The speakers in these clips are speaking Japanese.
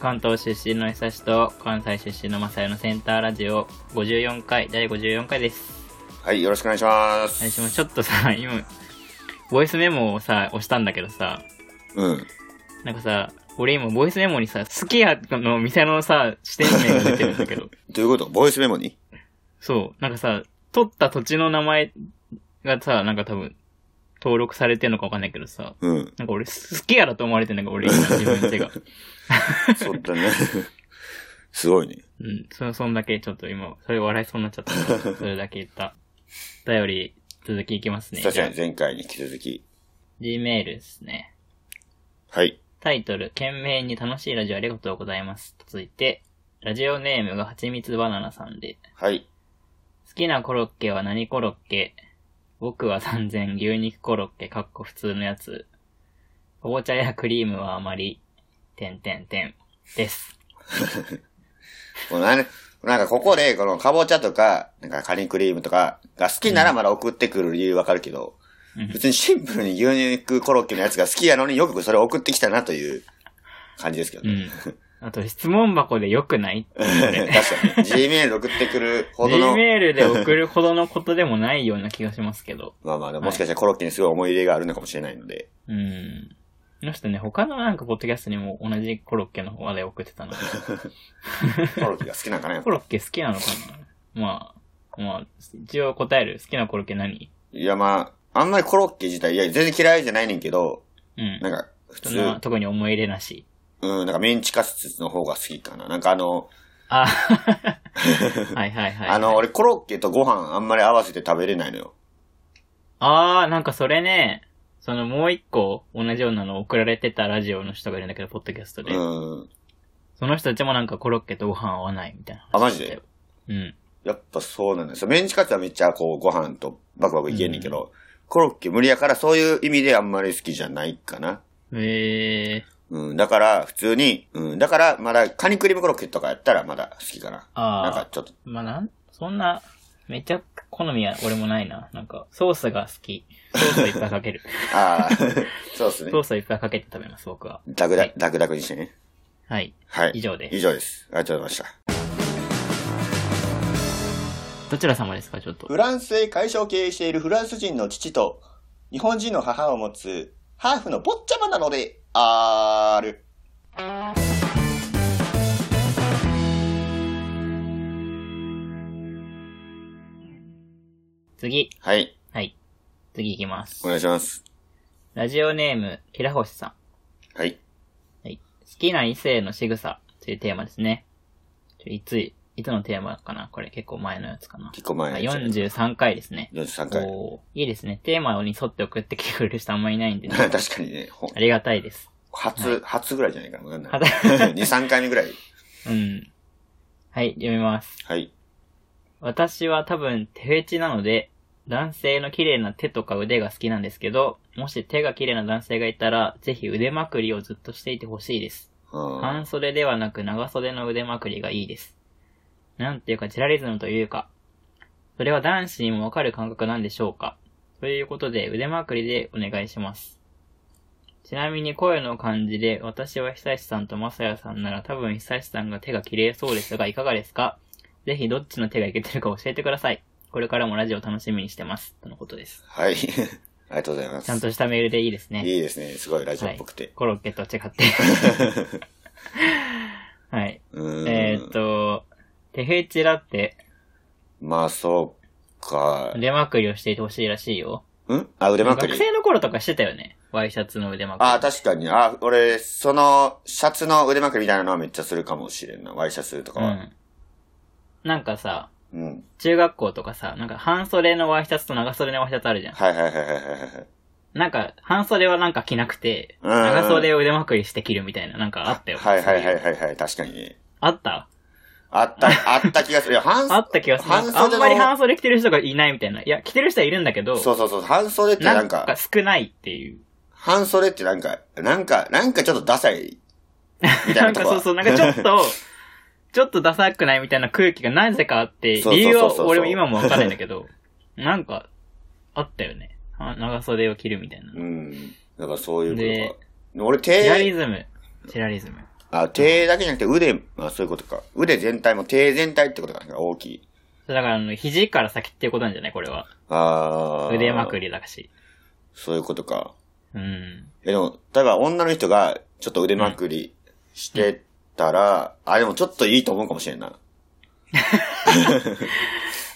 関東出身の久しと関西出身のマサヤのセンターラジオ54回、第54回です。はい、よろしくお願いしま最す。初もちょっとさ、今、ボイスメモをさ、押したんだけどさ、うん。なんかさ、俺今ボイスメモにさ、すき家の店のさ、支店名が出てるんだけど、どういうことボイスメモにそう、なんかさ、取った土地の名前がさ、なんか多分、登録されてんのかわかんないけどさ、うん。なんか俺、すき家だと思われてんだけど、俺今、自分の手が。そうだね。 すごいね。うん、そ、そんだけ、ちょっと今、それ笑いそうになっちゃ ったから。それだけ言った。お便り、続きいきますね。確かに前回に引き続き。 Gmail ですね。はい。タイトル、懸命に楽しいラジオありがとうございます。続いて、ラジオネームがはちみつバナナさんで、はい。好きなコロッケは何コロッケ僕は三千牛肉コロッケ、かっこ普通のやつ。紅茶やクリームはあまり、てんてんてん、です。このね、なんかここで、このかぼちゃとか、なんかカニクリームとかが好きならまだ送ってくる理由わかるけど、うん別にシンプルに牛肉コロッケのやつが好きやのによくそれ送ってきたなという感じですけどう ね。 ん。あと、質問箱で良くない確かに。G メール送ってくるほど G の、メールで送るほどのことでもないような気がしますけど。まあまあ、でももしかしたらコロッケにすごい思い入れがあるのかもしれないので。うん。この人ね、他のなんかポッドキャストにも同じコロッケの話題送って たの。コロッケが好きなんかな、やっぱコロッケ好きなのかなまあ、まあ、一応答える。好きなコロッケ何いやまあ、あんまりコロッケ自体、いや、全然嫌いじゃないねんけど、うん。なんか、普そ通、んな特に思い入れなし。うん、なんかメンチカツの方が好きかな。なんかあの、 あはいはいはい。あの、俺コロッケとご飯あんまり合わせて食べれないのよ。あー、なんかそれね、そのもう一個同じようなの送られてたラジオの人がいるんだけど、ポッドキャストで。うん。その人たちもなんかコロッケとご飯合わないみたいな話あマジだでったようん。やっぱそうなんですよ。メンチカツはめっちゃこう、ご飯とバクバクいけんねんけど、コロッケ無理やからそういう意味であんまり好きじゃないかな。えー。うん、だから、普通に、うん、だから、まだ、カニクリームコロッケとかやったらまだ好きかな。あーなんかちょっと、まあ、なん、そんな、めちゃ好みは俺もないな。なんか、ソースが好き。ソースをいっぱいかけ る。ああ、 そうですねソ。ースをいっぱいかけて食べます、僕は。ダクダはい、ダクダクにしてね。はい。はい。以上です以上です。ありがとうございました。どちら様ですか、ちょっと。フランスで会社を経営しているフランス人の父と、日本人の母を持つ、ハーフの坊ちゃまなので、あーる。次。はい、はい。次行きますお。願いします。ラジオネーム、平星さん。はい。はい。好きな異性の仕草というテーマですね。ちょいつい、いつのテーマかなこれ結構前のやつかな。結構前のやつやね43回ですね。 43回。おーいいですね。テーマに沿って送ってきてくれる人あんまりいないんで、ね、 確かにね、ほありがたいです。初、初ぐらいじゃないかな。わかんない。初 2、3回目ぐらい。うん。はい、読みます。はい。私は多分手フェチなので、男性の綺麗な手とか腕が好きなんですけど、もし手が綺麗な男性がいたら、ぜひ腕まくりをずっとしていてほしいです。うん半袖ではなく長袖の腕まくりがいいです。なんていうか、チラリズムというか、それは男子にもわかる感覚なんでしょうか。ということで、腕まくりでお願いします。ちなみに声の感じで、私は久石さんとまさやさんなら多分久石さんが手が綺麗そうですが、いかがですかぜひどっちの手がいけてるか教えてください。これからもラジオ楽しみにしてます。とのことです。はい。 ありがとうございまちゃんす。としたメールでいいですね。いいですね。すごいラジオっぽくて。コロッケと違って。はい。うーん。えーっと、手フェチだってまあ、そうか。腕まくりをしていてほしいらしいよ。んあ、腕まくり学。生の頃とかしてたよね。ワイシャツの腕まくり。ああ、確かに。あー俺、その、シャツの腕まくりみたいなのはめっちゃするかもしれんな。ワイシャツとかうは。ん。なんかさ、うん。中学校とかさ、なんか半袖のワイシャツと長袖のワイシャツあるじゃん。はいはいはいはいはいはい。なんか、半袖はなんか着なくて、うん長袖を腕まくりして着るみたいな、なんかあったよ。はいはいはいそうう。はいはい。確かにね。あったあった、あった気がする。いや、半あった気がする。半あ袖んのまり半袖着てる人がいないみたいな。いや、着てる人はいるんだけど、そうそうそう。半袖ってななんんか、か少ないっていう。半袖ってなんか、なんか、なんかちょっとダサい。みたいななんとかこそはうそう、なんかちょっと、 ちょっとダサくないみたいな空気がなぜかあって、そうそうそうそう理由は俺も今もわかんないんだけど、なんか、あったよね。あ長袖を着るみたいな。うん。だからそういうことでか。俺チラリ手、ズム。チラリズム。あ、手だけじゃなくて腕、あそういうことか。腕全体も手全体ってことかな、大きい。だから、あの、肘から先っていうことなんじゃないこれは。あー腕まくりだし。そういうことか。うん。え、でも、例えば女の人がちょっと腕まくりしてたら、あ、でもちょっといいと思うかもしれんな。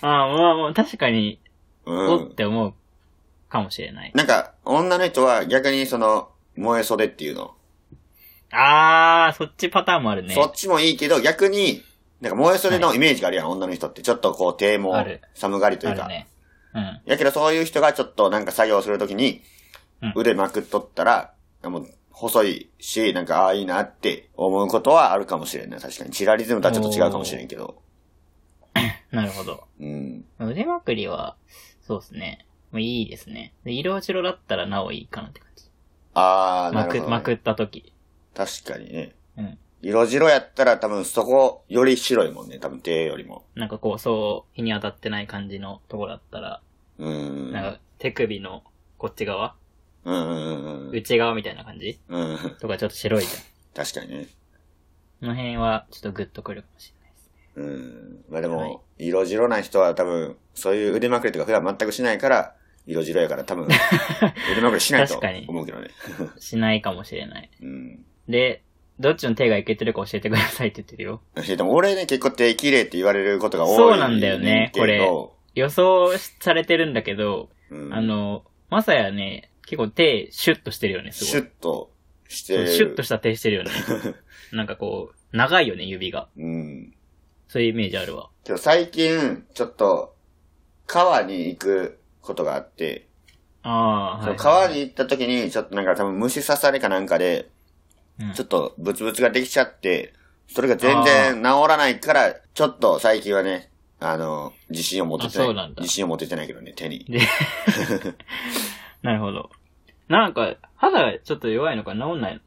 ああ、まあ、もう確かに、うおっん。て思うかもしれない。なんか、女の人は逆にその、燃え袖っていうの。ああ、そっちパターンもあるね。そっちもいいけど、逆に、なんか燃え袖のイメージがあるやん、女の人って。ちょっとこう、手もある寒がりといあうかる。ね。うん。やけどそういう人がちょっとなんか作業するときにうん、腕まくっとったら、もう細いし、なんかああいいなって思うことはあるかもしれんない。確かに。チラリズムとはちょっと違うかもしれんけど。なるほど。うん。腕まくりは、そうですね。もういいですね。で色白だったらなおいいかなって感じ。あー、なまるく、ほど、まくった時。確かにね。うん。色白やったら多分そこより白いもんね。多分手よりも。なんかこう、そう、日に当たってない感じのとこだったら、うん。なんか手首のこっち側うんうんうんうん。内側みたいな感じうん。とかちょっと白いじゃん。確かにね。この辺はちょっとグッとくるかもしれないですね。うん。まあでも、はい色白な人は多分、そういう腕まくりとか普段全くしないから、色白やから多分、 腕まくりしないと確かに思うけどね。しないかもしれない。うん。で、どっちの手がいけてるか教えてくださいって言ってるよ。えでも俺ね、結構手綺麗って言われることが多いそうなんだよねけど予想されてるんだけど、うん、あの、まさやね、結構手シュッとしてるよね、すごい。シュッとしてそうる。シュッとした手してるよ ね。なんかこう、長いよね、指が。うん。そういうイメージあるわ。けど最近、ちょっと、川に行くことがあって、ああ、はい。川に行った時に、ちょっとなんか多分虫刺されかなんかで、うんちょっとブツブツができちゃって、それが全然治らないから、ちょっと最近はね、あの、自信を持ててなあい。そうなんだ自信を持ててないけどね、手に。で、なるほど。なんか、肌がちょっと弱いのか治んない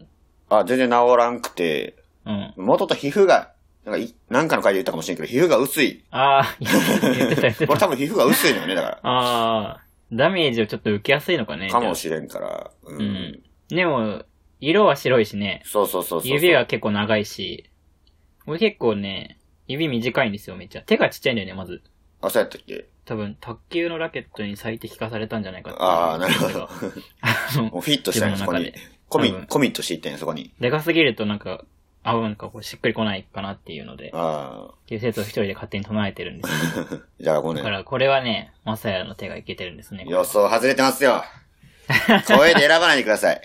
あ、全然治らんくて、のうん。元と皮膚が、なんかい、なんかの回で言ったかもしれんけど、皮膚が 薄い。ああ、言ってた言ってた俺。多分皮膚が薄いのよね、だ かああ、ダメージをちょっと受けやすいのかね。ら。かもしれんから。うん。うんでも、色は白いしね、そうそうそうそう。指が結構長いし、俺結構ね、指短いんですよ、めっちゃ。手がちっちゃいんだよね、まず。あ、そうやったっけ多分、卓球のラケットに最適化されたんじゃないかっていうああ、なるほど。あのもうフィットしたんや、そ自こ分の中にで。コミ多分、コミットしていったんや、そこに。でかすぎるとなんか、あ、なんかこうしっくりこないかなっていうので、っああ。ていう説を一人で勝手に唱えてるんですよ。じゃあごめだんか。らこれはね、まさやの手がいけてるんですね。予想外れてますよ。声で選ばないでください。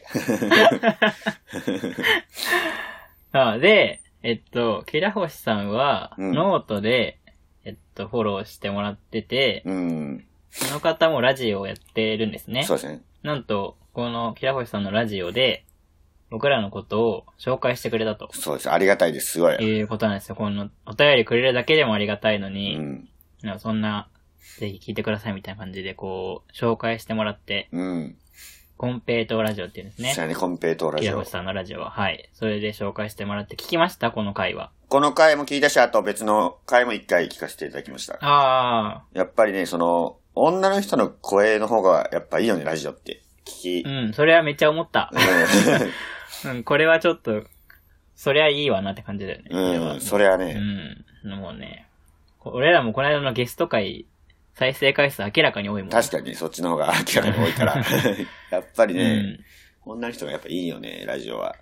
ああで、えっと、キラホシさんは、うんノートで、えっと、フォローしてもらってて、 うん。その方もラジオをやってるんですねそ。うですね。なんと、このキラホシさんのラジオで、僕らのことを紹介してくれたとそうです。ありがたいです。すごい。いうことなんですよ。このお便りくれるだけでもありがたいのうに、ん。なんかそんな、ぜひ聞いてくださいみたいな感じで、こう、紹介してもらって、うん。コンペイトラジオっていうんですね、そうね。やね、コンペイトーラキジラオホシ。さんのラジオは。はい。それで紹介してもらって、聞きましたこの回は。この回も聞いたし、あと別の回も一回聞かせていただきました。あやっぱりね、その、女の人の声の方がやっぱいいよね、ラジオって。聞き。ー、うん、それはめっちゃ思った。うん、これはちょっと、そりゃ いいわなって感じだよね。うこれはん、うん、それはね、うん。もうね、こ俺らもこの間のゲスト回、再生回数明らかに多いもん。確かにそっちの方が明らかに多 いから。やっぱりうね、ん。女の人がやっぱいいよね、ラジオは。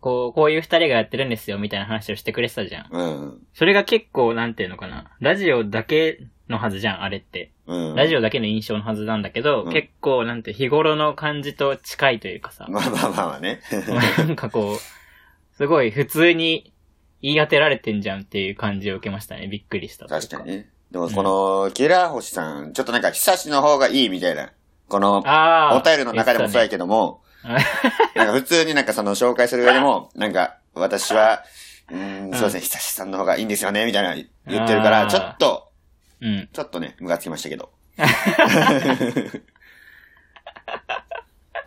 こう、こういう二人がやってるんですよ、みたいな話をしてくれてたじゃん。うん。それが結構、なんていうのかな。ラジオだけのはずじゃん、あれって。うん。ラジオだけの印象のはずなんだけど、うん結構、なんて、日頃の感じと近いというかさ。まあまあまあまあね。なんかこう、すごい普通に言い当てられてんじゃんっていう感じを受けましたね。びっくりしたという。確かにね。でもこの、キラー星さん、ちょっとなんか、久しの方がいいみたいな。この、ああ。お便りの中でもそうや近。け ども、ねなんか普通になんかその紹介する上でも、なんか、私は、うーん、そうですね、久しさんの方がいいんですよね、みたいな言ってるかあら、ーちょっと、うん。ちょっとね、ムカつきました けど。あ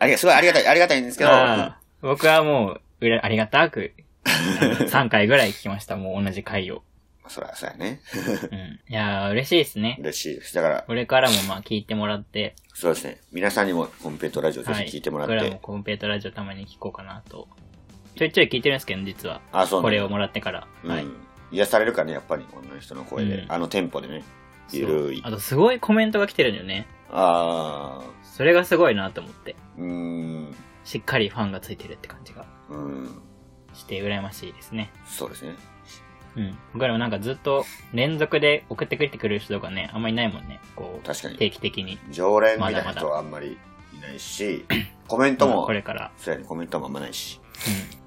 りがすごいありがたい、ありがたいんですけど、ああ僕はもう、うらありがたく、3回ぐらい聞きました。もう同じ回を。そら、そうやね。うん。いやー、嬉しいですね。嬉しいです。だから、これからもまあ聞いてもらって、そうですね。皆さんにもコンペイトラジオぜひ聞いてもらって、僕らもコンペイトラジオたまに聞こうかなとちょいちょい聞いてるんですけど、実は。あ、そうこなんだれをもらってから。うんはい。癒されるかね、やっぱり、女の人の声で。うんあのテンポでね。ゆるいそう。あと、すごいコメントが来てるんだよね。あそれがすごいなと思って。ー、うーん、しっかりファンがついてるって感じがうん、して、羨ましいですね。そうですね。うん。僕らもなんかずっと連続で送ってくれてくれる人がね、あんまりいないもんね。こう、確かに。定期的に。常連みたいな人はあんまりいないし、 コメントうんもこ、れから。そうやね、コメントもあんまないし、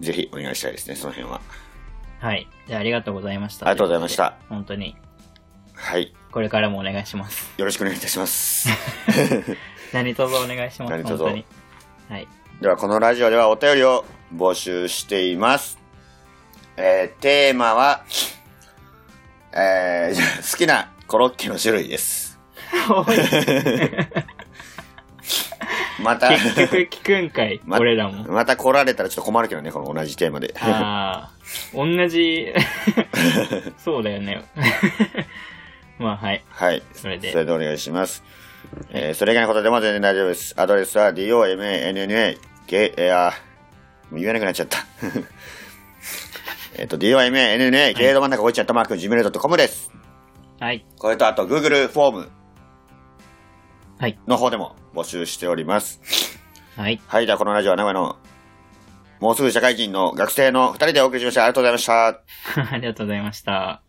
うぜひお願いしたいですね、その辺は。ん。はい。じゃあ、ありがとうございました。ありがとうございました。本当に、はい。これからもお願いします。 よろしくお願いいたします。 何卒お願いします。何卒本当に。 はい。では、このラジオではお便りを募集しています。えー、テーマは、えー、 じゃあ好きなコロッケの種類です。また、結局聞くんかい、ま俺らも。 また来られたらちょっと困るけどね、この同じテーマで。ああ、同じ、そうだよね。 まあ、はい。はい。それでそれでお願いします。えーそれ以外のことでも全然大丈夫です。アドレスは DOMANNA、K、えー、あもう言えなくなっちゃった。 えっと、DOMANNA、ゲード真ん中こいちゃったマーク、gmail.com です。はい。これとあと、Google フォームはい。の方でも募集しております。はい。 はい、ではこのラジオは名古屋の、もうすぐ社会人の学生の二人でお送りしました。ありがとうございました。ありがとうございました。